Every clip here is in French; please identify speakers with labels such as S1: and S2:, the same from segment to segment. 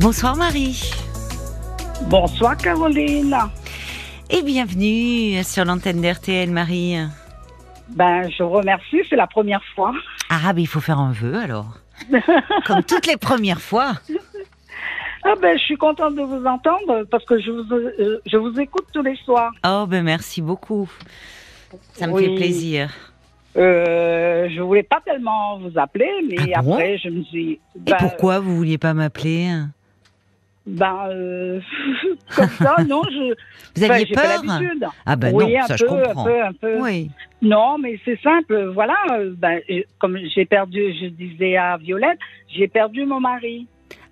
S1: Bonsoir Marie
S2: Bonsoir Caroline.
S1: et bienvenue sur l'antenne d'RTL Marie.
S2: Ben, je vous remercie, c'est la première fois.
S1: Ah ben il faut faire un vœu alors. Comme toutes les premières fois.
S2: Ah ben, je suis contente de vous entendre parce que je vous, euh, je vous écoute tous les soirs.
S1: Oh ben merci beaucoup. Ça me
S2: Oui.
S1: fait plaisir.
S2: Euh, je voulais pas tellement vous appeler, mais
S1: Ah bon
S2: après, je me suis.
S1: Et
S2: Ben,
S1: pourquoi vous vouliez pas m'appeler
S2: Ben, euh, comme ça, non, je.
S1: Vous
S2: ben,
S1: aviez
S2: j'ai
S1: peur
S2: pas l'habitude.
S1: Ah ben
S2: oui,
S1: non,
S2: un
S1: ça
S2: peu,
S1: je comprends.
S2: un peu, un peu.
S1: Oui.
S2: Non, mais c'est simple. Voilà, euh, ben, euh, comme j'ai perdu, je disais à Violette, j'ai perdu mon mari.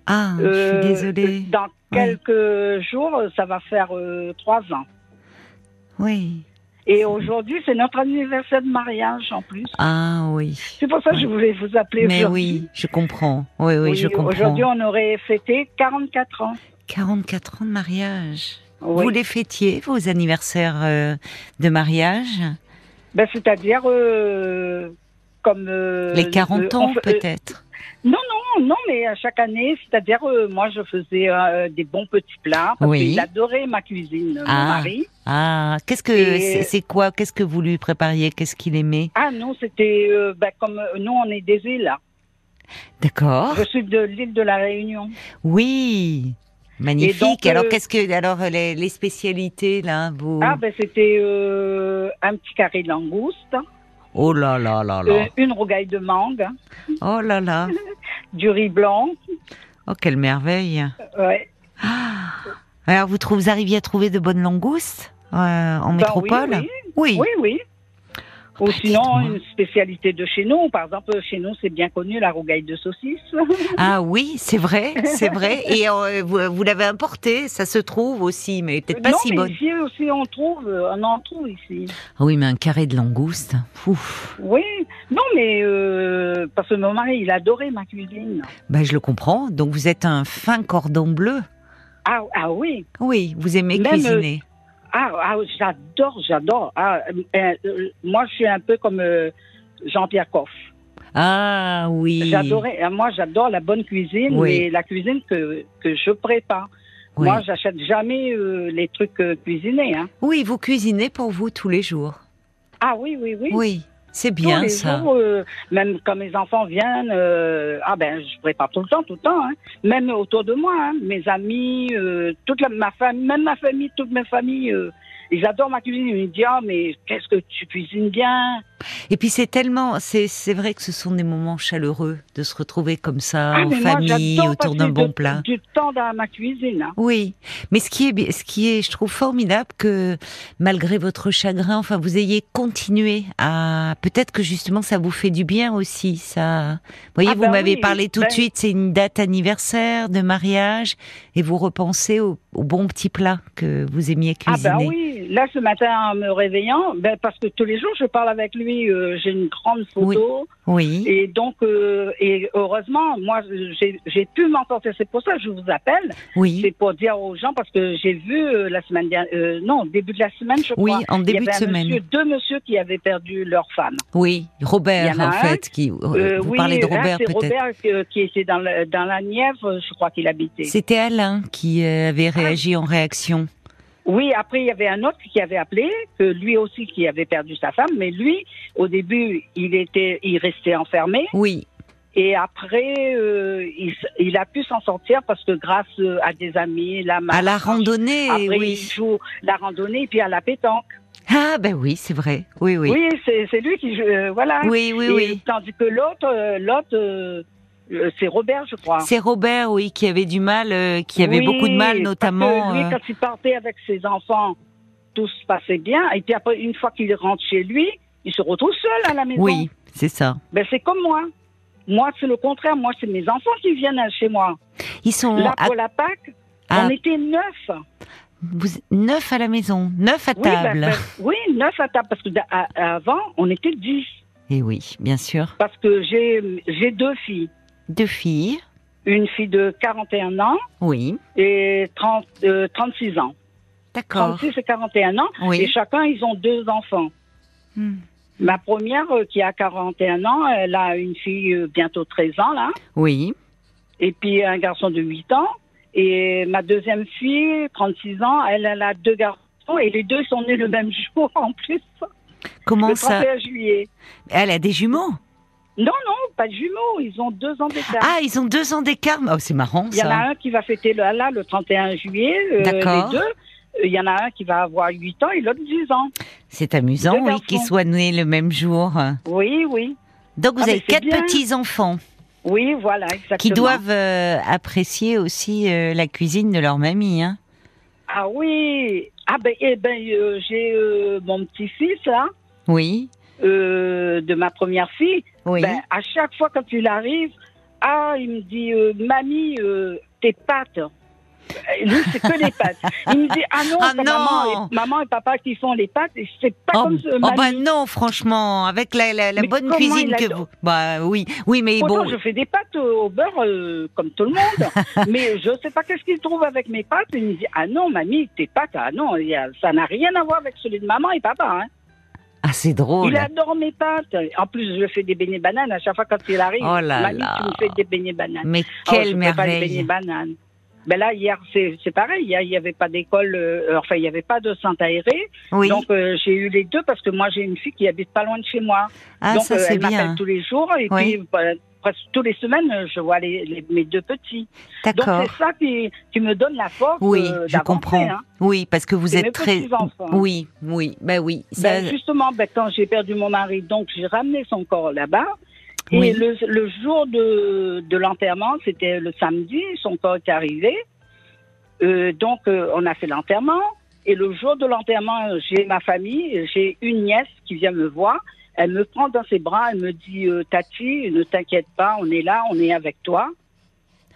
S1: Ah, je
S2: Euh,
S1: suis désolée.
S2: Dans quelques jours, ça va faire euh, trois ans.
S1: Oui.
S2: Et aujourd'hui, c'est notre anniversaire de mariage en plus.
S1: Ah oui.
S2: C'est pour ça que je voulais vous appeler
S1: Mais
S2: aujourd'hui.
S1: oui, je comprends. Oui, oui, je comprends.
S2: Aujourd'hui, on aurait fêté 44 ans.
S1: 44 ans de mariage.
S2: Oui.
S1: Vous les fêtiez, vos anniversaires euh, de mariage
S2: Ben, C'est-à-dire euh, comme... euh,
S1: Les 40
S2: euh, on
S1: ans,
S2: fait- euh,
S1: peut-être
S2: non, non, non, mais à chaque année, c'est-à-dire euh, moi, je faisais euh, des bons petits plats. Parce
S1: Oui.
S2: qu'il adorait ma cuisine, mon
S1: Ah.
S2: mari.
S1: Ah, qu'est-ce que
S2: Et-
S1: c'est- c'est quoi Qu'est-ce que vous lui prépariez Qu'est-ce qu'il aimait
S2: Ah non, c'était... euh, ben, comme euh, nous, on est des îles.
S1: D'accord.
S2: Je suis de l'île de la Réunion.
S1: Oui, magnifique.
S2: donc,
S1: alors
S2: euh,
S1: qu'est-ce que alors les, les spécialités là vous
S2: Ah ben c'était euh, un petit carré de langouste,
S1: Oh là là là là.
S2: euh, une rougaille de mangue,
S1: Oh là là.
S2: du riz blanc.
S1: Oh quelle merveille.
S2: Ouais.
S1: Ah. Alors vous trouvez, vous arriviez à trouver de bonnes langoustes euh, en
S2: Ben oui,
S1: métropole
S2: oui,
S1: Oui.
S2: oui, oui.
S1: bah,
S2: Ou sinon,
S1: dites-moi.
S2: une spécialité de chez nous. Par exemple, chez nous, c'est bien connu la rougaille de saucisse.
S1: Ah oui, c'est vrai, c'est vrai. Et euh, vous, vous l'avez importé, ça se trouve aussi, mais peut-être pas
S2: non,
S1: si
S2: mais
S1: bonne.
S2: ici aussi, on trouve, euh, on en trouve ici.
S1: Ah oui, mais un carré de langoustes. Ouf.
S2: Oui. Non, mais euh, parce que mon mari, il adorait ma cuisine.
S1: Ben, je le comprends. Donc, vous êtes un fin cordon bleu.
S2: Ah, ah oui.
S1: Oui, vous aimez
S2: Même, euh,
S1: cuisiner.
S2: Ah, ah, j'adore, j'adore. Ah, euh, euh, moi, je suis un peu comme euh, Jean-Pierre Coff.
S1: Ah oui.
S2: J'adorais. euh, Moi, j'adore la bonne cuisine,
S1: Oui.
S2: mais la cuisine que, que je prépare.
S1: Oui.
S2: Moi, j'achète jamais euh, les trucs euh, cuisinés. Hein.
S1: Oui, vous cuisinez pour vous tous les jours.
S2: Ah oui, oui, oui.
S1: Oui, c'est
S2: Tous
S1: bien
S2: les
S1: ça.
S2: jours, euh, même quand mes enfants viennent, euh, ah ben, je prépare tout le temps, tout le temps. Hein. Même autour de moi, hein, mes amis, euh, toute la- ma famille, même ma famille, toute ma famille. euh, ils adorent ma cuisine. Ils me disent ah mais qu'est-ce que tu cuisines bien.
S1: Et puis c'est tellement, c'est c'est vrai que ce sont des moments chaleureux de se retrouver comme ça
S2: Ah,
S1: en
S2: mais moi,
S1: famille
S2: j'adore
S1: autour
S2: passer
S1: d'un bon
S2: de-
S1: plat.
S2: Du temps dans ma cuisine. hein.
S1: Oui, mais ce qui est, bi- ce qui est, je trouve formidable que malgré votre chagrin, enfin, vous ayez continué à. Peut-être que justement, ça vous fait du bien aussi. Ça, vous voyez,
S2: Ah
S1: vous
S2: bah
S1: m'avez
S2: oui,
S1: parlé tout de
S2: ben-
S1: suite. C'est une date anniversaire de mariage, et vous repensez au, au bon petit plat que vous aimiez
S2: Ah
S1: cuisiner.
S2: ben oui, là ce matin en me réveillant, ben, parce que tous les jours je parle avec lui, euh, j'ai une grande photo
S1: Oui.
S2: et donc euh, et heureusement moi j'ai j'ai pu m'en sortir, c'est pour ça que je vous appelle,
S1: oui,
S2: c'est pour dire aux gens parce que j'ai vu euh, la semaine dernière, euh, non début de la semaine je
S1: oui,
S2: crois,
S1: en
S2: il y
S1: début
S2: avait
S1: de
S2: un
S1: semaine.
S2: monsieur, deux monsieur qui avaient perdu leur femme.
S1: Oui, Robert
S2: Il y en a
S1: en
S2: un.
S1: fait, qui
S2: Euh,
S1: vous
S2: oui,
S1: parlez de
S2: là,
S1: Robert
S2: c'est
S1: peut-être.
S2: Robert euh, qui était dans la, dans la Nièvre, je crois qu'il habitait.
S1: C'était Alain qui euh,
S2: Ah.
S1: avait réagi en réaction.
S2: Oui, après, il y avait un autre qui avait appelé, que lui aussi qui avait perdu sa femme, mais lui, au début, il était, il restait enfermé,
S1: Oui,
S2: et après, euh, il, s- il a pu s'en sortir parce que grâce euh, à des amis, la
S1: à la
S2: marche,
S1: randonnée,
S2: Après,
S1: oui.
S2: il joue la randonnée et puis à la pétanque.
S1: Ah ben oui, c'est vrai. Oui, oui.
S2: Oui, c'est c'est lui qui joue, euh, voilà.
S1: Oui, oui,
S2: Et
S1: oui.
S2: Tandis que l'autre, euh, l'autre, euh, euh, c'est Robert, je crois.
S1: C'est Robert, oui, qui avait du mal, euh, qui avait
S2: Oui,
S1: beaucoup de mal,
S2: parce que
S1: notamment.
S2: lui,
S1: euh,
S2: quand il partait avec ses enfants, tout se passait bien. Et puis après, une fois qu'il rentre chez lui, il se retrouve seul à la maison.
S1: oui, c'est ça.
S2: Ben, c'est comme moi. Moi, c'est le contraire. Moi, c'est mes enfants qui viennent chez moi.
S1: Ils sont
S2: Là,
S1: à-
S2: pour la Pâques,
S1: Oh. Ah.
S2: on était neuf.
S1: vous- neuf à la maison, neuf à
S2: Oui, ben,
S1: table.
S2: ben, oui, neuf à table. Parce que d'a- à- avant, on était dix.
S1: Et oui, bien sûr.
S2: Parce que j'ai j'ai deux filles.
S1: Deux filles.
S2: Une fille de 41 ans
S1: Oui,
S2: et 30, euh, 36 ans.
S1: d'accord.
S2: 36 et 41 ans. Et
S1: Oui.
S2: chacun, ils ont deux enfants.
S1: Hmm.
S2: Ma première, euh, qui a 41 ans, elle a une fille euh, bientôt 13 ans, là,
S1: Oui.
S2: et puis un garçon de 8 ans. Et ma deuxième fille, 36 ans, elle, elle a deux garçons et les deux sont nés le même jour en plus.
S1: Comment
S2: le
S1: ça Ah,
S2: 31 juillet.
S1: Elle a des jumeaux
S2: Non, non, pas de jumeaux, ils ont deux ans d'écart.
S1: Ah, ils ont deux ans d'écart Oh, c'est marrant,
S2: Il y en
S1: ça.
S2: a un qui va fêter le, là le 31 juillet, euh,
S1: D'accord.
S2: les deux. Euh, Il y en a un qui va avoir 8 ans et l'autre 10 ans.
S1: C'est amusant,
S2: Deux
S1: oui,
S2: garçons.
S1: qu'ils soient nés le même jour.
S2: Oui, oui.
S1: Donc, vous
S2: Ah, mais
S1: avez
S2: c'est
S1: quatre
S2: bien.
S1: petits-enfants
S2: Oui, voilà, exactement.
S1: qui doivent euh, apprécier aussi euh, la cuisine de leur mamie. Hein.
S2: Ah oui Ah ben, eh ben euh, j'ai euh, mon petit-fils, là,
S1: Oui,
S2: euh, de ma première fille.
S1: oui.
S2: Ben, à chaque fois quand il arrive, ah, il me dit, euh, mamie, euh, tes pâtes. Euh, Lui, c'est que les pâtes. Il me dit, ah non,
S1: Ah
S2: c'est
S1: non.
S2: Maman, et, maman et papa qui font les pâtes, et c'est pas
S1: Oh,
S2: comme ce,
S1: oh,
S2: mamie.
S1: bah non, franchement, avec la, la- la
S2: Mais
S1: bonne
S2: comment
S1: cuisine
S2: il a-
S1: que vous. Bah oui, oui, mais
S2: Pourtant,
S1: bon.
S2: je fais des pâtes au au beurre euh, comme tout le monde, mais je sais pas qu'est-ce qu'il trouve avec mes pâtes. Il me dit ah non mamie tes pâtes ah non il y a- ça n'a rien à voir avec celui de maman et papa. hein.
S1: Ah, c'est drôle.
S2: Il adore mes pâtes. En plus je fais des beignets bananes à chaque fois quand il arrive.
S1: Oh là
S2: mamie
S1: là.
S2: tu me fais des beignets bananes.
S1: Mais
S2: Ah, je
S1: quelle
S2: fais pas les
S1: merveille.
S2: beignets bananes. Ben là hier c'est c'est pareil hier il y avait pas d'école euh, enfin il y avait pas de centre aéré
S1: Oui,
S2: donc euh, j'ai eu les deux parce que moi j'ai une fille qui habite pas loin de chez moi.
S1: ah,
S2: Donc,
S1: ça
S2: euh,
S1: c'est
S2: elle m'appelle
S1: bien.
S2: tous les jours et
S1: Oui.
S2: puis euh, presque tous les semaines, euh, je vois les, les- mes deux petits. Donc,
S1: D'accord.
S2: c'est ça qui, qui me donne la force.
S1: Oui,
S2: euh,
S1: je
S2: d'avancer,
S1: comprends.
S2: hein.
S1: Oui, parce que vous
S2: C'est mes
S1: êtes très.
S2: petits-enfants. hein.
S1: Oui, oui, bah oui. Ça...
S2: Ben, justement, ben, quand j'ai perdu mon mari, donc j'ai ramené son corps là-bas. Et
S1: Oui.
S2: le, le jour de, de l'enterrement, c'était le samedi, son corps est arrivé. Euh, donc, euh, on a fait l'enterrement. Et le jour de l'enterrement, euh, j'ai ma famille, j'ai une nièce qui vient me voir. Elle me prend dans ses bras, elle me dit euh, Tati, ne t'inquiète pas, on est là, on est avec toi.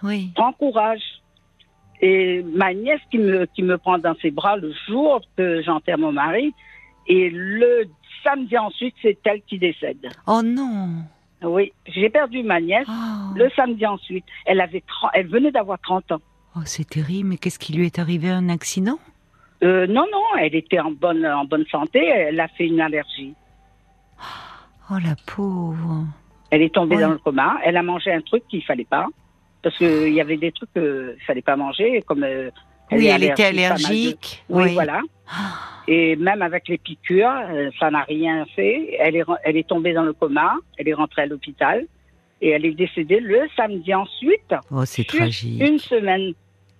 S1: Oui.
S2: prends courage. Et ma nièce qui me, qui me prend dans ses bras le jour que j'enterre mon mari, et le samedi ensuite, c'est elle qui décède.
S1: Oh non.
S2: Oui, j'ai perdu ma nièce
S1: Oh,
S2: le samedi ensuite. Elle, avait 30 elle venait d'avoir 30 ans.
S1: Oh, c'est terrible. Mais qu'est-ce qui lui est arrivé Un accident
S2: Euh, non, non, elle était en bonne, en bonne santé, elle a fait une allergie.
S1: Oh la pauvre.
S2: Elle est tombée
S1: Ouais.
S2: dans le coma, elle a mangé un truc qu'il fallait pas, parce qu'il y avait des trucs qu'il fallait pas manger, comme... euh,
S1: oui,
S2: est
S1: elle était
S2: allergique, pas mal de-
S1: allergique.
S2: Oui, voilà. Et même avec les piqûres, euh, ça n'a rien fait. Elle est, re- elle est tombée dans le coma, elle est rentrée à l'hôpital et elle est décédée le samedi ensuite,
S1: Oh, c'est
S2: Juste
S1: tragique.
S2: une semaine.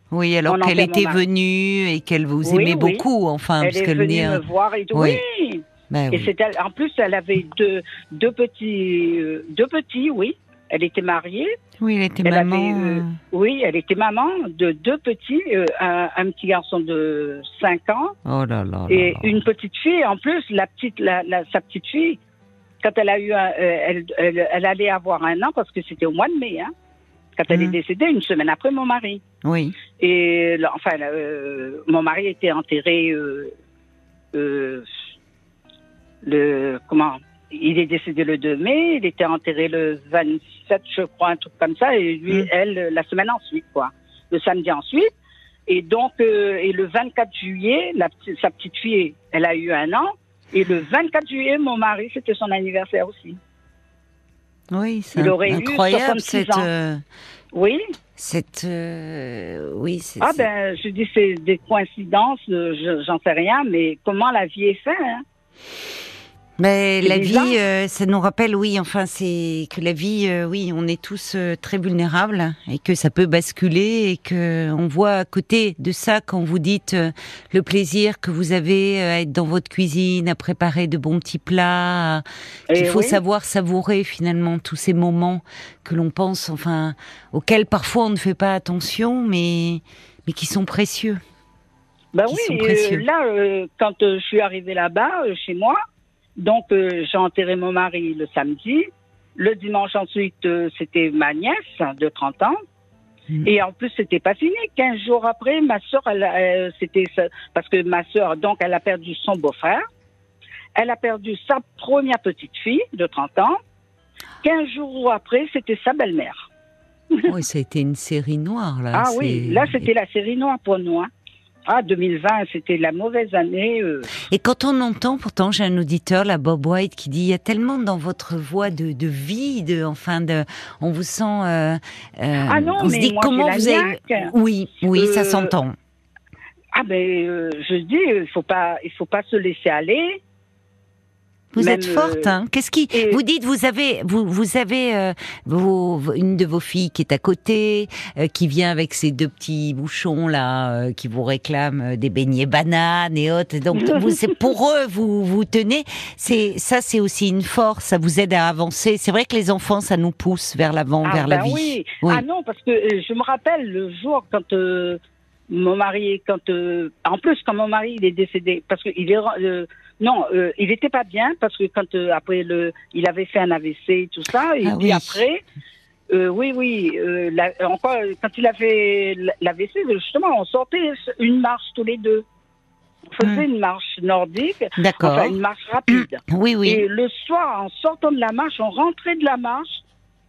S1: Oui, alors
S2: On
S1: qu'elle
S2: enterre mon
S1: était
S2: mari.
S1: venue et qu'elle vous
S2: Oui,
S1: aimait
S2: oui.
S1: beaucoup, enfin,
S2: elle
S1: parce
S2: est
S1: qu'elle
S2: venue
S1: venait.
S2: me voir et tout.
S1: hein. Oui.
S2: Oui.
S1: Bah
S2: Et
S1: oui.
S2: c'était, en plus, elle avait deux, deux petits, euh, deux petits, oui. Elle était mariée,
S1: Oui, elle était
S2: Elle avait,
S1: maman.
S2: euh,
S1: euh,
S2: oui, elle était maman de deux petits, euh, un, un petit garçon de 5 ans
S1: Oh là là. là
S2: Et
S1: là.
S2: une petite fille, en plus, la petite, la, la- sa petite fille, quand elle a eu, un- euh, elle, elle- elle allait avoir un an parce que c'était au mois de mai, hein, quand elle est
S1: Mhm.
S2: décédée, une semaine après mon mari.
S1: Oui.
S2: Et là, enfin, euh, mon mari était enterré. euh, euh, le comment Il est décédé le 2 mai. Il était enterré le 27, je crois, un truc comme ça. Et lui,
S1: Mhm.
S2: elle, la semaine ensuite, quoi. Le samedi ensuite. Et donc, euh, et le 24 juillet, la, petite- sa petite fille, elle a eu un an. Et le 24 juillet, mon mari, c'était son anniversaire aussi.
S1: Oui, c'est
S2: Il
S1: in-
S2: aurait eu
S1: incroyable
S2: 66
S1: cette.
S2: ans.
S1: euh,
S2: Oui.
S1: cette. euh, oui, c'est.
S2: Ah
S1: c'est-
S2: ben, je dis c'est des coïncidences, euh, je- j'en sais rien, mais comment la vie est faite hein
S1: Mais
S2: c'est
S1: la
S2: bizarre.
S1: vie, euh, ça nous rappelle, oui, enfin, c'est que la vie, euh, oui, on est tous euh, très vulnérables et que ça peut basculer et que on voit à côté de ça quand vous dites euh, le plaisir que vous avez euh, à être dans votre cuisine, à préparer de bons petits plats, à-
S2: Eh
S1: qu'il faut
S2: oui.
S1: savoir savourer finalement tous ces moments que l'on pense, enfin, auxquels parfois on ne fait pas attention, mais mais qui sont précieux.
S2: Ben
S1: qui
S2: oui,
S1: sont
S2: euh,
S1: précieux.
S2: là, euh, quand euh, je suis arrivée là-bas, euh, chez moi, donc euh, j'ai enterré mon mari le samedi. Le dimanche ensuite, euh, c'était ma nièce de 30 ans.
S1: Mm.
S2: Et en plus, c'était pas fini. 15 jours après, ma sœur, elle, euh, c'était ça- parce que ma sœur, donc, elle a perdu son beau-frère. Elle a perdu sa première petite fille de 30 ans. 15 jours après, c'était sa belle-mère.
S1: oui, Oh, ça a été une série noire là.
S2: Ah
S1: c'est-
S2: oui, là c'était la série noire pour nous. hein. Ah, 2020, c'était la mauvaise année. euh.
S1: Et quand on entend, pourtant, j'ai un auditeur, la Bob White, qui dit il y a tellement dans votre voix de, de vie, de, enfin, de, on vous sent. euh, euh,
S2: Ah non,
S1: on se
S2: mais
S1: dit
S2: moi,
S1: comment
S2: j'ai la
S1: vous avez.
S2: niaque.
S1: Oui, oui, ça
S2: Euh,
S1: s'entend.
S2: Ah ben, euh, je dis, il faut pas, il faut pas se laisser aller.
S1: Vous
S2: même,
S1: êtes forte.
S2: euh,
S1: Hein. Qu'est-ce qui
S2: et-
S1: Vous dites vous avez vous vous avez euh, vos, vos- une de vos filles qui est à côté, euh, qui vient avec ses deux petits bouchons là, euh, qui vous réclame euh, des beignets bananes et autres. Et Donc vous c'est pour eux vous vous tenez. C'est ça c'est aussi une force. Ça vous aide à avancer. C'est vrai que les enfants ça nous pousse vers l'avant,
S2: Ah
S1: vers la
S2: ben
S1: vie.
S2: Oui.
S1: Oui.
S2: Ah non, parce que euh, je me rappelle le jour quand euh, mon mari, quand euh, en plus quand mon mari il est décédé, parce qu'il est re- euh, non, euh, il était pas bien parce que quand euh, après le, il avait fait un AVC et tout ça, et
S1: Ah
S2: puis
S1: oui.
S2: après. euh, oui, oui. euh, la- encore, euh, quand il a fait l- l'AVC, justement, on sortait une marche tous les deux. On faisait une marche nordique,
S1: Hum. D'accord.
S2: enfin une marche rapide.
S1: Oui oui.
S2: Et le soir, en sortant de la marche, on rentrait de la marche,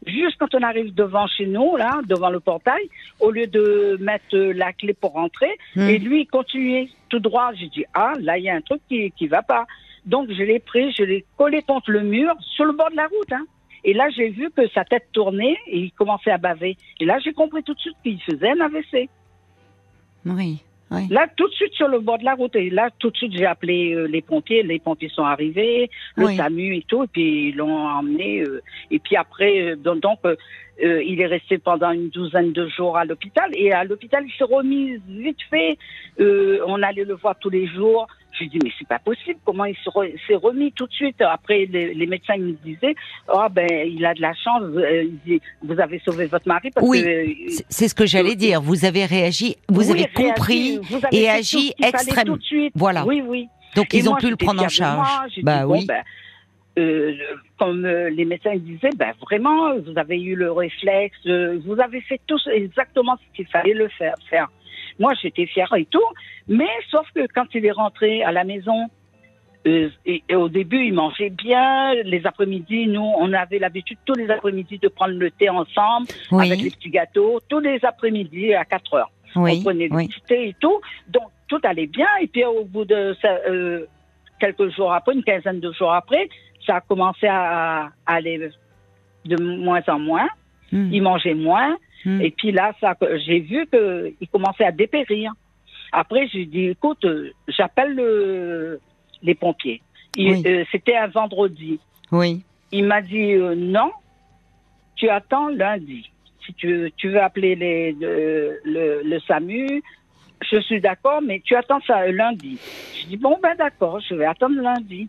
S2: juste quand on arrive devant chez nous, là, devant le portail, au lieu de mettre euh, la clé pour rentrer,
S1: Hmm.
S2: et lui, il continuait tout droit. J'ai dit, ah, là, il y a un truc qui qui va pas. Donc, je l'ai pris, je l'ai collé contre le mur, sur le bord de la route. Hein. Et là, j'ai vu que sa tête tournait et il commençait à baver. Et là, j'ai compris tout de suite qu'il faisait un AVC.
S1: Oui. Oui.
S2: Là, tout de suite sur le bord de la route. Et là, tout de suite, j'ai appelé euh, les pompiers. Les pompiers sont arrivés, le
S1: Oui.
S2: SAMU et tout. Et puis, ils l'ont emmené. euh, et puis après, euh, donc, donc, euh, euh, il est resté pendant une douzaine de jours à l'hôpital. Et à l'hôpital, il s'est remis vite fait. Euh, on allait le voir tous les jours. Je lui dis, mais c'est pas possible. Comment il se re- s'est remis tout de suite Après, les, les médecins ils me disaient, ah ben, il a de la chance. Euh, ils disaient, vous avez sauvé votre mari parce
S1: Oui.
S2: que. euh,
S1: C'est- C'est ce que j'allais dire. Vous avez réagi. Vous
S2: oui,
S1: avez compris.
S2: réagi, vous avez
S1: et
S2: fait tout
S1: agi
S2: ce qu'il fallait
S1: extrême.
S2: tout de suite.
S1: Voilà.
S2: Oui, oui.
S1: Donc
S2: Et
S1: ils ont
S2: moi,
S1: pu le
S2: j'étais
S1: prendre en
S2: fière de moi.
S1: charge.
S2: J'ai dit,
S1: Bah
S2: bon,
S1: oui.
S2: ben, euh, comme euh, les médecins disaient, ben, vraiment, vous avez eu le réflexe, euh, vous avez fait tout ce- exactement ce qu'il fallait le faire. faire. Moi, j'étais fière et tout, mais sauf que quand il est rentré à la maison, euh, et, et au début, il mangeait bien. Les après-midi, nous, on avait l'habitude tous les après-midi de prendre le thé ensemble
S1: Oui.
S2: avec les petits gâteaux, tous les après-midi à 4 heures on
S1: Oui,
S2: prenait le
S1: oui.
S2: petit thé et tout. Donc, tout allait bien. Et puis, au bout de ça, euh, quelques jours après, une quinzaine de jours après, ça a commencé à, à aller de moins en moins.
S1: Mm,
S2: Il mangeait moins.
S1: mm.
S2: Et puis là, ça, j'ai vu qu'il commençait à dépérir. Après, j'ai dit, écoute, euh, j'appelle le- les pompiers. Il-
S1: Oui.
S2: euh, c'était un vendredi.
S1: Oui,
S2: Il m'a dit euh, non, tu attends lundi. Si tu, veux- tu veux appeler les, le, le, le SAMU, je suis d'accord, mais tu attends ça euh, lundi. Je dis bon, ben d'accord, je vais attendre lundi.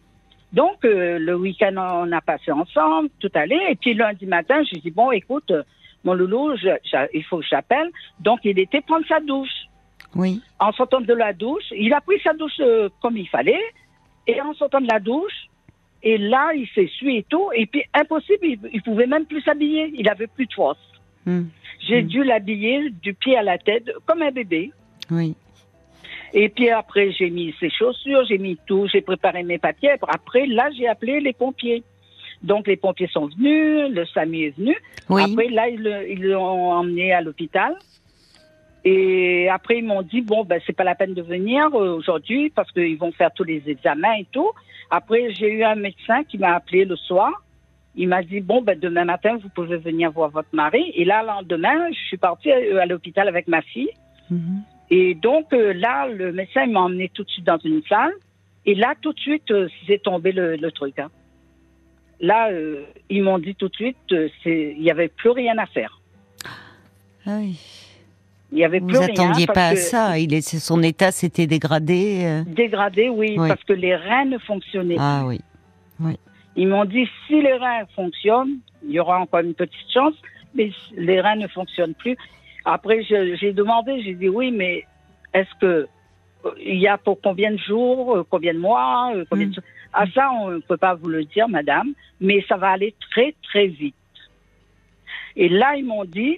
S2: Donc, euh, le week-end, on a passé ensemble, tout allait. Et puis, lundi matin, je dis bon, écoute, euh, mon loulou, je- je- il faut que j'appelle. Donc, il était prendre sa douche.
S1: oui.
S2: En sortant de la douche, il a pris sa douche euh, comme il fallait. Et en sortant de la douche, et là, il s'essuie et tout. Et puis, impossible, il, il pouvait même plus s'habiller. Il avait plus de force.
S1: mm,
S2: J'ai
S1: Mm.
S2: dû l'habiller du pied à la tête, comme un bébé.
S1: Oui.
S2: Et puis après, j'ai mis ses chaussures, j'ai mis tout, j'ai préparé mes papiers. Après, là, j'ai appelé les pompiers. Donc, les pompiers sont venus, le SAMU est venu.
S1: Oui.
S2: Après, là, ils le- ils l'ont emmené à l'hôpital. Et après, ils m'ont dit, bon, ben, c'est pas la peine de venir euh, aujourd'hui parce qu'ils vont faire tous les examens et tout. Après, j'ai eu un médecin qui m'a appelé le soir. Il m'a dit, bon, ben, demain matin, vous pouvez venir voir votre mari. Et là, le lendemain, je suis partie euh, à l'hôpital avec ma fille.
S1: Mhm.
S2: Et donc euh, là, le médecin il m'a emmené tout de suite dans une salle. Et là, tout de suite, euh, c'est tombé le, le truc. hein. Là, euh, ils m'ont dit tout de suite, euh, c'est- il n'y avait plus rien à faire.
S1: Ah oui.
S2: Il n'y avait
S1: Vous
S2: plus rien.
S1: attendiez
S2: parce
S1: pas à
S2: que-
S1: ça. Il est, son état s'était dégradé. euh.
S2: Dégradé, oui,
S1: Oui.
S2: parce que les reins ne fonctionnaient.
S1: Ah oui.
S2: Ils m'ont dit, si les reins fonctionnent, il y aura encore une petite chance, mais les reins ne fonctionnent plus. Après, je- j'ai demandé, j'ai dit, oui, mais est-ce que euh, il y a pour combien de jours, euh, combien de mois, euh,
S1: Mm.
S2: combien de... À ça, on ne peut pas vous le dire, madame, mais ça va aller très, très vite. Et là, ils m'ont dit,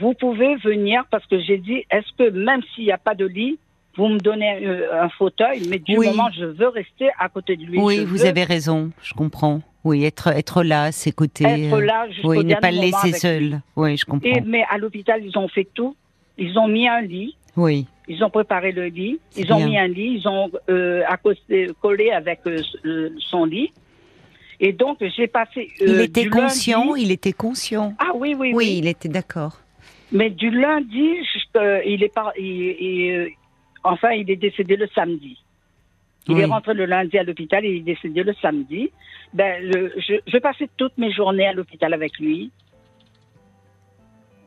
S2: vous pouvez venir, parce que j'ai dit, est-ce que même s'il n'y a pas de lit, vous me donnez euh, un fauteuil, mais du
S1: Oui.
S2: moment, je veux rester à côté de lui.
S1: Oui,
S2: je
S1: vous
S2: veux
S1: avez raison. Je comprends. Oui, être être là, à ses côtés.
S2: être
S1: euh,
S2: là jusqu'au
S1: oui, ne
S2: dernier
S1: pas le
S2: moment
S1: laisser
S2: avec lui.
S1: seul. Oui, je comprends.
S2: Et, mais à l'hôpital, ils ont fait tout. Ils ont mis un lit.
S1: Oui,
S2: Ils ont préparé le lit,
S1: C'est
S2: ils ont
S1: bien.
S2: mis un lit, ils ont euh, accosté- collé avec euh, s- euh, son lit. Et donc, j'ai passé. euh,
S1: il était
S2: du lundi-
S1: conscient, il était conscient.
S2: Ah oui, oui, oui.
S1: Oui, il était d'accord.
S2: Mais du lundi, jusqu'à- il est par... il- il- euh, enfin, il est décédé le samedi. Il
S1: Oui.
S2: est rentré le lundi à l'hôpital et il est décédé le samedi. Ben, le- je, je passais toutes mes journées à l'hôpital avec lui.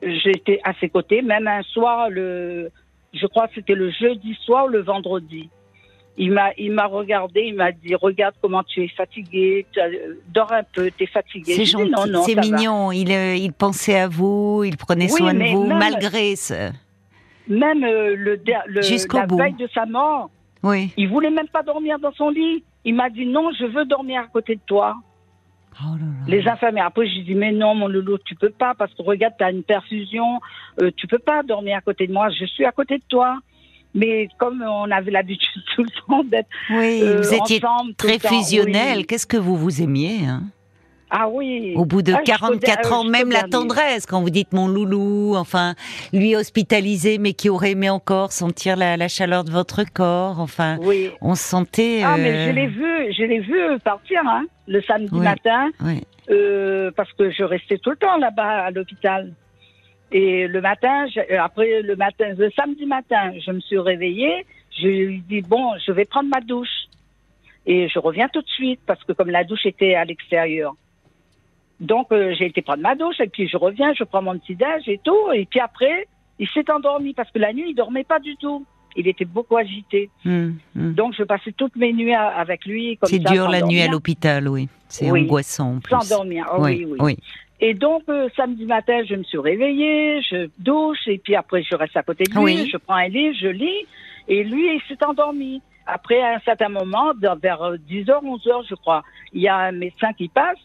S2: J'étais à ses côtés, même un soir, le, je crois que c'était le jeudi soir ou le vendredi. Il m'a, il m'a regardé, il m'a dit Regarde comment tu es fatigué, tu as- dors un peu, t'es fatigué.
S1: C'est
S2: Je dis,
S1: gentil,
S2: Non, non,
S1: c'est
S2: ça va.
S1: mignon. Il, euh, il pensait à vous, il prenait
S2: Oui,
S1: soin de
S2: mais
S1: vous,
S2: même-
S1: malgré ce.
S2: Même euh, le, der- le-
S1: Jusqu'au
S2: la
S1: bout.
S2: veille de sa mort,
S1: Oui.
S2: il voulait même pas dormir dans son lit. Il m'a dit non, je veux dormir à côté de toi. Euh,
S1: Oh là là.
S2: Les infirmières. Après, j'ai dit mais non, mon loulou, tu peux pas parce que regarde, t'as une perfusion, euh, tu peux pas dormir à côté de moi. Je suis à côté de toi. Mais comme on avait l'habitude tout le temps d'être
S1: Oui,
S2: euh,
S1: vous étiez
S2: ensemble, tout
S1: très
S2: le temps,
S1: fusionnel.
S2: oui.
S1: Qu'est-ce que vous vous aimiez hein
S2: Ah oui.
S1: Au bout de
S2: Ah, jusqu'au
S1: 44
S2: der-
S1: ans,
S2: jusqu'au
S1: même la
S2: dernier.
S1: tendresse, quand vous dites mon loulou, enfin, lui hospitalisé, mais qui aurait aimé encore sentir la, la chaleur de votre corps, enfin,
S2: Oui.
S1: on se sentait.
S2: Ah mais
S1: euh,
S2: je l'ai vu, je l'ai vu partir hein, le samedi
S1: Oui.
S2: matin.
S1: ouais.
S2: Euh, parce que je restais tout le temps là-bas à l'hôpital. Et le matin, je- euh, après le matin, le samedi matin, je me suis réveillée. Je lui dis bon, je vais prendre ma douche et je reviens tout de suite parce que comme la douche était à l'extérieur. Donc euh, j'ai été prendre ma douche et puis je reviens, je prends mon petit déj et tout. Et puis après, il s'est endormi parce que la nuit il dormait pas du tout. Il était beaucoup agité.
S1: Hum, hum.
S2: Donc je passais toutes mes nuits à- avec lui. comme
S1: C'est
S2: ça,
S1: dur
S2: sans
S1: la nuit à
S2: dormir.
S1: l'hôpital, oui. C'est
S2: Oui.
S1: angoissant en plus.
S2: Sans dormir. Ah oui, oui. Et donc, euh, samedi matin, je me suis réveillée, je douche, et puis après, je reste à côté de lui,
S1: Oui.
S2: je prends un livre, je lis, et lui, il s'est endormi. Après, à un certain moment, dans- vers euh, 10h, 11h, je crois, il y a un médecin qui passe,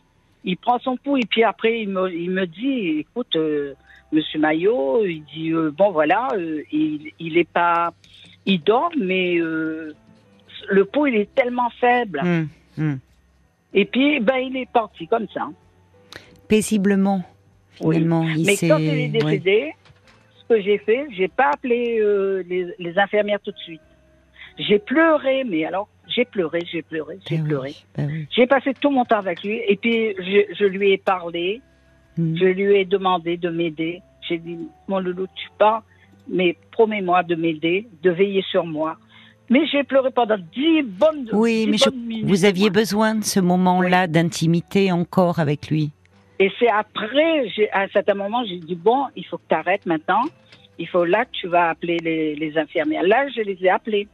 S2: il prend son pouls, et puis après, il me, il me dit, écoute, euh, monsieur Maillot, il dit, euh, bon, voilà, euh, il, il est pas... Il dort, mais euh, le pouls, il est tellement faible.
S1: Hum, hum.
S2: Et puis, ben, il est parti comme ça.
S1: Paisiblement,
S2: Oui.
S1: finalement. Il
S2: Mais
S1: s'est-
S2: quand il est
S1: ouais.
S2: décédé, ce que j'ai fait, j'ai pas appelé euh, les, les infirmières tout de suite. J'ai pleuré, mais alors j'ai pleuré, j'ai pleuré, j'ai
S1: Bah oui,
S2: pleuré.
S1: bah oui.
S2: J'ai passé tout mon temps avec lui et puis je, je lui ai parlé,
S1: Hum.
S2: je lui ai demandé de m'aider. J'ai dit mon loulou, tu pars, mais promets-moi de m'aider, de veiller sur moi. Mais j'ai pleuré pendant dix bonnes,
S1: Oui,
S2: dix
S1: mais je-
S2: bonnes minutes.
S1: Vous aviez
S2: moi.
S1: besoin de ce moment-là d'intimité encore avec lui.
S2: Et c'est après, j'ai- à un certain moment, j'ai dit bon, il faut que tu arrêtes maintenant. Il faut là que tu vas appeler les, les infirmières. Là, je les ai appelées.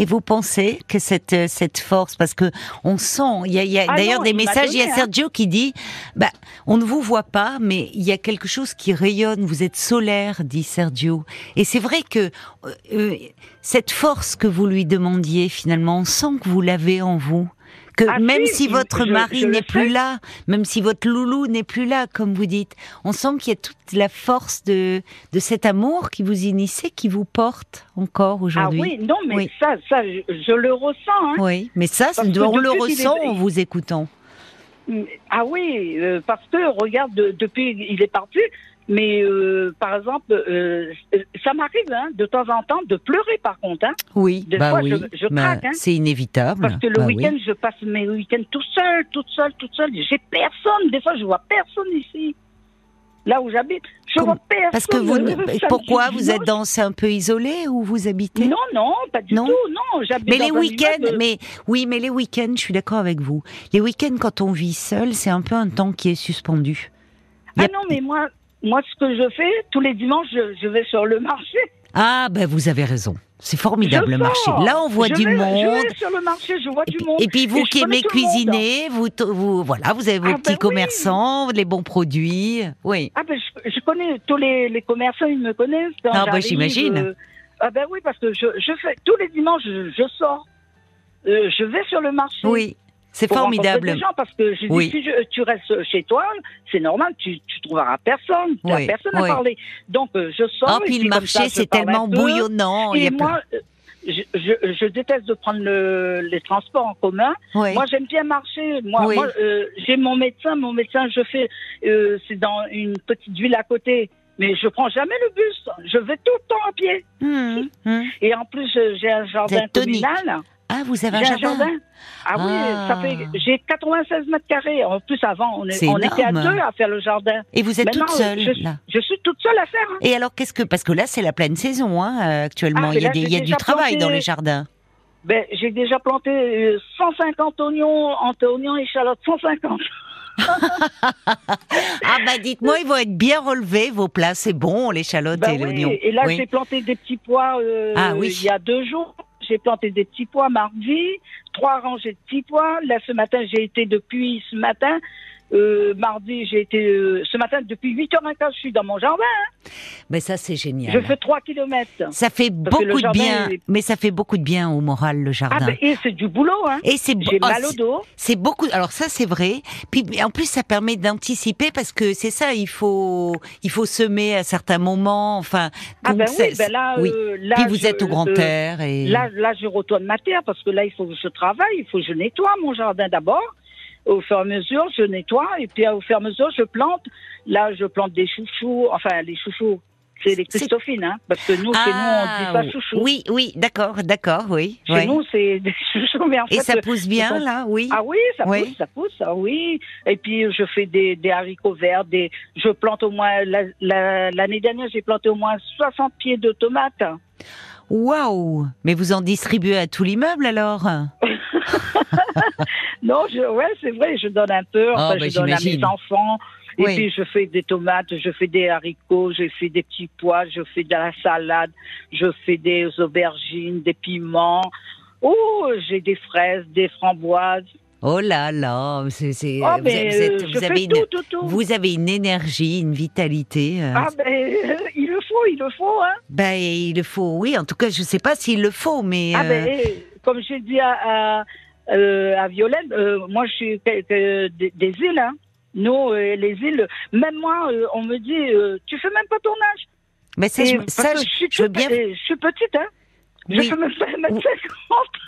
S1: Et vous pensez que cette euh, cette force, parce que on sent, il y a, il y a
S2: Ah
S1: d'ailleurs
S2: non,
S1: des
S2: il m'a
S1: messages. Il y a
S2: donné, hein.
S1: Sergio qui dit, bah, on ne vous voit pas, mais il y a quelque chose qui rayonne. Vous êtes solaire, dit Sergio. Et c'est vrai que euh, euh, cette force que vous lui demandiez, finalement, on sent que vous l'avez en vous. Que
S2: Ah
S1: même
S2: si,
S1: si
S2: il-
S1: votre
S2: je-
S1: mari
S2: je le
S1: n'est
S2: sais.
S1: plus là, même si votre loulou n'est plus là, comme vous dites, on sent qu'il y a toute la force de de cet amour qui vous initie, qui vous porte encore
S2: Ah
S1: aujourd'hui.
S2: oui, non, mais
S1: Oui.
S2: ça, ça, je, je le ressens. hein.
S1: Oui, mais ça,
S2: Parce que
S1: on le
S2: depuis qu'il est-
S1: ressent en vous écoutant.
S2: Ah oui, euh, parce que regarde, de- depuis il est parti. Mais euh, par exemple, euh, ça m'arrive hein, de temps en temps de pleurer. Par contre, hein,
S1: Oui,
S2: Des
S1: bah
S2: fois,
S1: oui,
S2: je- je
S1: bah,
S2: craque, hein.
S1: c'est inévitable.
S2: parce que le
S1: Bah oui.
S2: week-end, je passe mes week-ends tout seul, toute seule, toute seule. J'ai personne. Des fois, je vois personne ici. Là où j'habite, je
S1: Comme-
S2: vois personne.
S1: Parce que vous,
S2: Euh, samedi,
S1: pourquoi vous
S2: dimanche,
S1: êtes dans c'est un peu isolé où vous habitez
S2: Non, non, pas du
S1: Non.
S2: tout, non. j'habite
S1: Mais
S2: dans
S1: les
S2: un
S1: week-ends,
S2: immeuble.
S1: mais oui, mais les week-ends, je suis d'accord avec vous. Les week-ends, quand on vit seul, c'est un peu un temps qui est suspendu. y
S2: Ah
S1: a-
S2: non, mais moi, moi, ce que je fais, tous les dimanches, je, je vais sur le marché.
S1: Ah, ben vous avez raison. C'est formidable
S2: Je
S1: le marché.
S2: sors.
S1: Là, on voit
S2: je
S1: du
S2: vais,
S1: monde.
S2: Je vais sur le marché, je vois
S1: Et
S2: du
S1: puis,
S2: monde.
S1: et puis vous
S2: Et je
S1: qui
S2: connais
S1: aimez
S2: tout le monde.
S1: cuisiner, vous, t- vous voilà, vous avez vos
S2: Ah, ben
S1: petits
S2: oui.
S1: commerçants, les bons produits. Oui.
S2: Ah ben, je, je connais tous les, les commerçants, ils me connaissent. quand
S1: Ah, ben,
S2: j'arrive,
S1: j'imagine.
S2: euh, ah ben oui, parce que je, je fais tous les dimanches, je, je sors, Euh, je vais sur le marché.
S1: Oui, c'est
S2: pour rencontrer
S1: formidable.
S2: Des gens parce que je dis,
S1: Oui.
S2: si je- tu restes chez toi, c'est normal, tu, tu trouveras personne, tu
S1: Oui,
S2: personne
S1: oui.
S2: à parler. Donc euh, je sors.
S1: Ah,
S2: et
S1: puis le
S2: puis comme ça,
S1: marché,
S2: je
S1: c'est
S2: parle un
S1: tellement
S2: peu.
S1: bouillonnant. il y
S2: Et
S1: a plein-
S2: moi, euh, je, je, je déteste de prendre le, les transports en commun.
S1: Ouais.
S2: Moi, j'aime bien marcher. Moi,
S1: Oui.
S2: moi, euh, j'ai mon médecin. Mon médecin, je fais, euh, c'est dans une petite ville à côté. Mais je prends jamais le bus. Je vais tout le temps à pied.
S1: Hum, hum.
S2: Et en plus, euh, j'ai un jardin
S1: êtes tonique.
S2: communal.
S1: Ah, vous avez un
S2: J'ai un
S1: jardin.
S2: jardin. Ah,
S1: Ah.
S2: oui, ça fait. J'ai 96 mètres carrés. En plus, avant, on, est-
S1: C'est
S2: on était à
S1: énorme.
S2: deux à faire le jardin.
S1: Et vous êtes
S2: Maintenant,
S1: toute seule,
S2: je,
S1: là.
S2: je suis toute seule à faire. hein.
S1: Et alors, qu'est-ce que. Parce que là, c'est la pleine saison, hein, actuellement.
S2: Ah,
S1: il y a,
S2: mais là,
S1: des- il y a
S2: j'ai
S1: du
S2: déjà
S1: travail
S2: planté-
S1: dans les jardins.
S2: Ben, j'ai déjà planté euh, 150 oignons, entre oignons et échalotes, 150.
S1: Ah, bah, dites-moi, ils vont être bien relevés, vos plats. C'est bon, l'échalote et
S2: Ben oui,
S1: l'oignon.
S2: Et là,
S1: Oui.
S2: j'ai planté des petits pois euh,
S1: Ah oui.
S2: il y a deux jours. J'ai planté des petits pois mardi, trois rangées de petits pois. Là, ce matin, j'ai été depuis ce matin. euh, mardi, j'ai été euh, ce matin depuis 8h15, je suis dans mon jardin.
S1: Mais ça, c'est génial.
S2: Je fais 3 kilomètres.
S1: Ça fait
S2: Parce que le
S1: beaucoup de
S2: jardin,
S1: bien,
S2: il est-
S1: mais ça fait beaucoup de bien au moral, le
S2: Ah
S1: jardin.
S2: ben, et c'est du boulot, hein.
S1: Et c'est
S2: J'ai
S1: oh,
S2: mal au
S1: c'est-
S2: dos.
S1: C'est beaucoup. Alors ça, c'est vrai. Puis mais en plus, ça permet d'anticiper parce que c'est ça. Il faut, il faut semer à certains moments. Enfin,
S2: Ah
S1: donc
S2: ben oui,
S1: c'est-
S2: ben là,
S1: oui.
S2: euh, là,
S1: Puis vous
S2: je-
S1: êtes au grand
S2: euh,
S1: air et
S2: Là, là, je retourne ma terre parce que là, il faut que je travaille, il faut que je nettoie mon jardin d'abord. Au fur et à mesure, je nettoie et puis euh, au fur et à mesure, je plante. Là, je plante des chouchous, enfin, les chouchous, c'est les
S1: C'est-
S2: Christophines, hein, parce que nous, chez nous, on
S1: Ah,
S2: dit pas chouchous.
S1: oui, oui, d'accord, d'accord, oui.
S2: Chez
S1: ouais.
S2: nous, c'est des chouchous, mais en
S1: et
S2: fait,
S1: ça
S2: euh,
S1: pousse bien
S2: je-
S1: là, oui.
S2: ah oui, ça
S1: Oui.
S2: pousse, ça pousse, ah oui. Et puis je fais des, des haricots verts, des, je plante au moins la- la- l'année dernière j'ai planté au moins 60 pieds de tomates.
S1: Waouh Mais vous en distribuez à tout l'immeuble alors
S2: Non, je, ouais, c'est vrai, je donne un peu, enfin,
S1: bah,
S2: je donne à
S1: j'imagine.
S2: mes enfants. Et
S1: Oui.
S2: puis je fais des tomates, je fais des haricots, je fais des petits pois, je fais de la salade, je fais des aubergines, des piments. Oh, j'ai des fraises, des framboises.
S1: Oh là là, c'est, c'est-
S2: oh,
S1: vous,
S2: mais
S1: vous êtes-
S2: euh, je
S1: vous avez
S2: fais
S1: une,
S2: tout, tout, tout.
S1: vous avez une énergie, une vitalité. euh,
S2: Ah, ben, il le faut, il le faut, hein.
S1: Ben, il le faut, oui. En tout cas, je ne sais pas s'il le faut, mais.
S2: Ah,
S1: euh,
S2: ben, eh, comme j'ai dit à, à, euh, à Violaine, euh, moi, je suis que- que des, des îles, hein. Nous, euh, les îles, même moi, euh, on me dit, euh, tu fais même pas ton âge.
S1: mais ça,
S2: Et
S1: je,
S2: parce
S1: ça,
S2: que
S1: je-
S2: je, suis
S1: je veux
S2: toute-
S1: bien.
S2: et je suis petite, hein.
S1: Oui.
S2: Je fais même pas 1m50.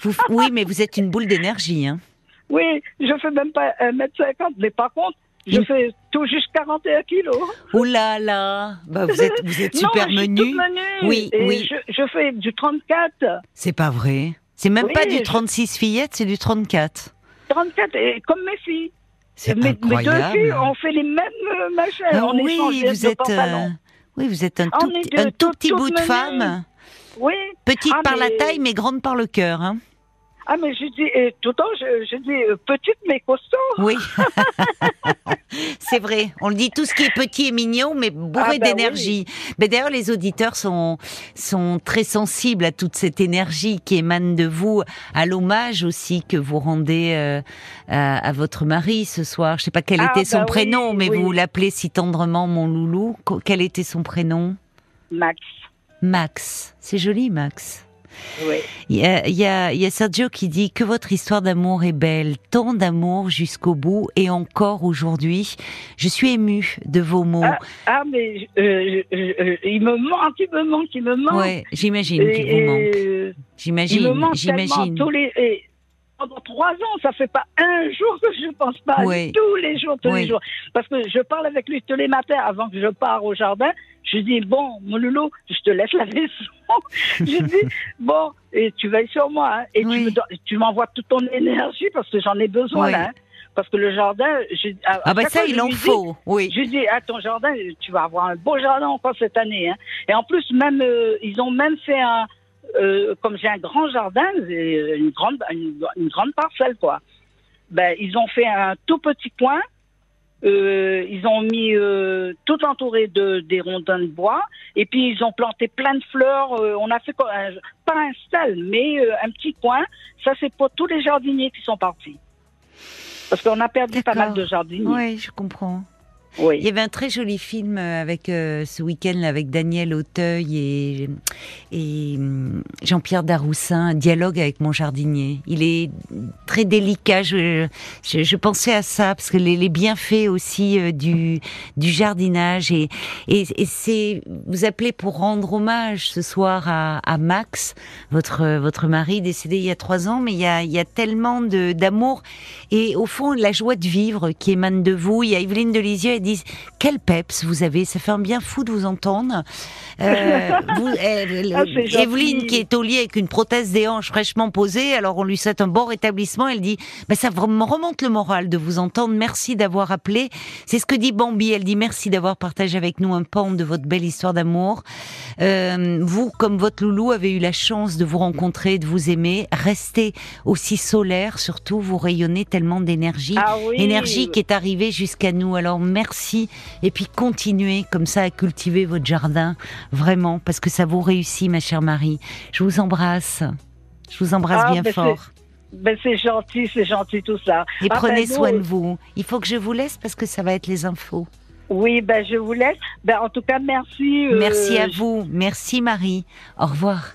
S1: vous- oui, mais vous êtes une boule d'énergie. Hein.
S2: Oui, je fais même pas 1m50. Mais par contre, je
S1: Mm.
S2: fais tout juste 41 kilos.
S1: Oh là là bah, Vous êtes, vous êtes super
S2: non, mais Je suis
S1: menu.
S2: toute menue.
S1: Oui,
S2: et
S1: oui.
S2: Je, je fais du 34.
S1: C'est pas vrai. C'est même
S2: Oui,
S1: pas du
S2: je-
S1: 36 fillettes, c'est du 34.
S2: 34, et comme mes filles.
S1: C'est
S2: mes, mes deux
S1: incroyable.
S2: filles, on fait les mêmes euh, machins.
S1: Ah
S2: on échange
S1: oui,
S2: les
S1: vous
S2: deux
S1: êtes,
S2: pantalons.
S1: euh, oui, vous êtes un
S2: On
S1: tout,
S2: est
S1: petit-
S2: deux
S1: un tout
S2: toutes-
S1: petit bout
S2: toutes
S1: de
S2: menues.
S1: femme,
S2: Oui.
S1: petite
S2: Ah,
S1: par la
S2: mais-
S1: taille, mais grande par le cœur. Hein.
S2: Ah, mais je dis, et tout le temps, je, je dis euh, petite mais costaud.
S1: Oui, c'est vrai. On le dit, tout ce qui est petit et mignon, mais bourré
S2: Ah bah
S1: d'énergie. Mais d'ailleurs, les auditeurs sont sont très sensibles à toute cette énergie qui émane de vous, à l'hommage aussi que vous rendez euh, à, à votre mari ce soir. Je sais pas quel
S2: Ah
S1: était son
S2: bah oui,
S1: prénom, mais
S2: oui.
S1: vous l'appelez si tendrement mon loulou. Qu- Quel était son prénom
S2: Max.
S1: Max. C'est joli, Max.
S2: Oui.
S1: Il y, a, il y a- il y a Sergio qui dit que votre histoire d'amour est belle, tant d'amour jusqu'au bout et encore aujourd'hui. Je suis émue de vos mots.
S2: Ah, mais euh, je- je- euh, il me manque, il me manque, il me manque.
S1: ouais, j'imagine qu'il vous manque.
S2: euh, il me
S1: J'imagine,
S2: manque tellement
S1: j'imagine.
S2: tous les. et pendant trois ans, ça fait pas un jour que je pense pas à lui.
S1: Ouais.
S2: tous les jours, tous
S1: Ouais.
S2: les jours. Parce que je parle avec lui tous les matins avant que je pars au jardin. Je lui dis bon, mon loulou, je te laisse la maison. je lui dis bon, et tu veilles sur moi hein, et
S1: Oui.
S2: tu me don- tu m'envoies toute ton énergie parce que j'en ai besoin
S1: Ouais.
S2: là. hein. parce que le jardin, je- à- à
S1: Ah bah
S2: chaque
S1: ça,
S2: fois, je
S1: il en
S2: lui dis,
S1: faut, oui.
S2: je lui dis, à ton jardin, tu vas avoir un beau jardin encore cette année. hein. Et en plus, même, euh, ils ont même fait un. euh, comme j'ai un grand jardin, euh, une grande, une, une grande parcelle, quoi. Ben, ils ont fait un tout petit coin. euh, ils ont mis euh, tout entouré de des rondins de bois et puis ils ont planté plein de fleurs. euh, on a fait quoi, un- pas un stall, mais euh, un petit coin. Ça c'est pour tous les jardiniers qui sont partis parce qu'on a perdu pas mal
S1: D'accord.
S2: de jardiniers.
S1: Oui, je comprends.
S2: Oui.
S1: Il y avait un très joli film euh, avec euh, ce week-end là, avec Daniel Auteuil et, et hum, Jean-Pierre Daroussin, dialogue avec mon jardinier. Il est très délicat. Je, je, je pensais à ça parce que les, les bienfaits aussi euh, du, du jardinage et, et, et c'est vous appelez pour rendre hommage ce soir à, à Max, votre votre mari décédé il y a trois ans, mais il y a, il y a tellement de d'amour et au fond la joie de vivre qui émane de vous. Il y a Evelyne Delisieux, elle ils disent quel peps vous avez, ça fait un bien fou de vous entendre. Euh, vous, euh,
S2: Ah, c'est gentil.
S1: Evelyne qui est au lit avec une prothèse des hanches fraîchement posée, alors on lui souhaite un bon rétablissement. Elle dit bah, ça me remonte le moral de vous entendre. Merci d'avoir appelé. C'est ce que dit Bambi. Elle dit merci d'avoir partagé avec nous un pan de votre belle histoire d'amour. Euh, vous, comme votre loulou, avez eu la chance de vous rencontrer, de vous aimer. Restez aussi solaire, surtout vous rayonnez tellement d'énergie
S2: Ah oui.
S1: énergie qui est arrivée jusqu'à nous. Alors merci et puis continuez comme ça à cultiver votre jardin vraiment parce que ça vous réussit ma chère Marie. Je vous embrasse. Je vous embrasse
S2: Ah,
S1: bien
S2: ben,
S1: fort
S2: Ben, c'est gentil, c'est gentil tout ça.
S1: et
S2: Ah, ben,
S1: prenez
S2: nous,
S1: soin de vous. Il faut que je vous laisse parce que ça va être les infos.
S2: Oui, ben, je vous laisse. Ben, en tout cas, merci. euh,
S1: Merci à vous. Merci Marie. Au revoir.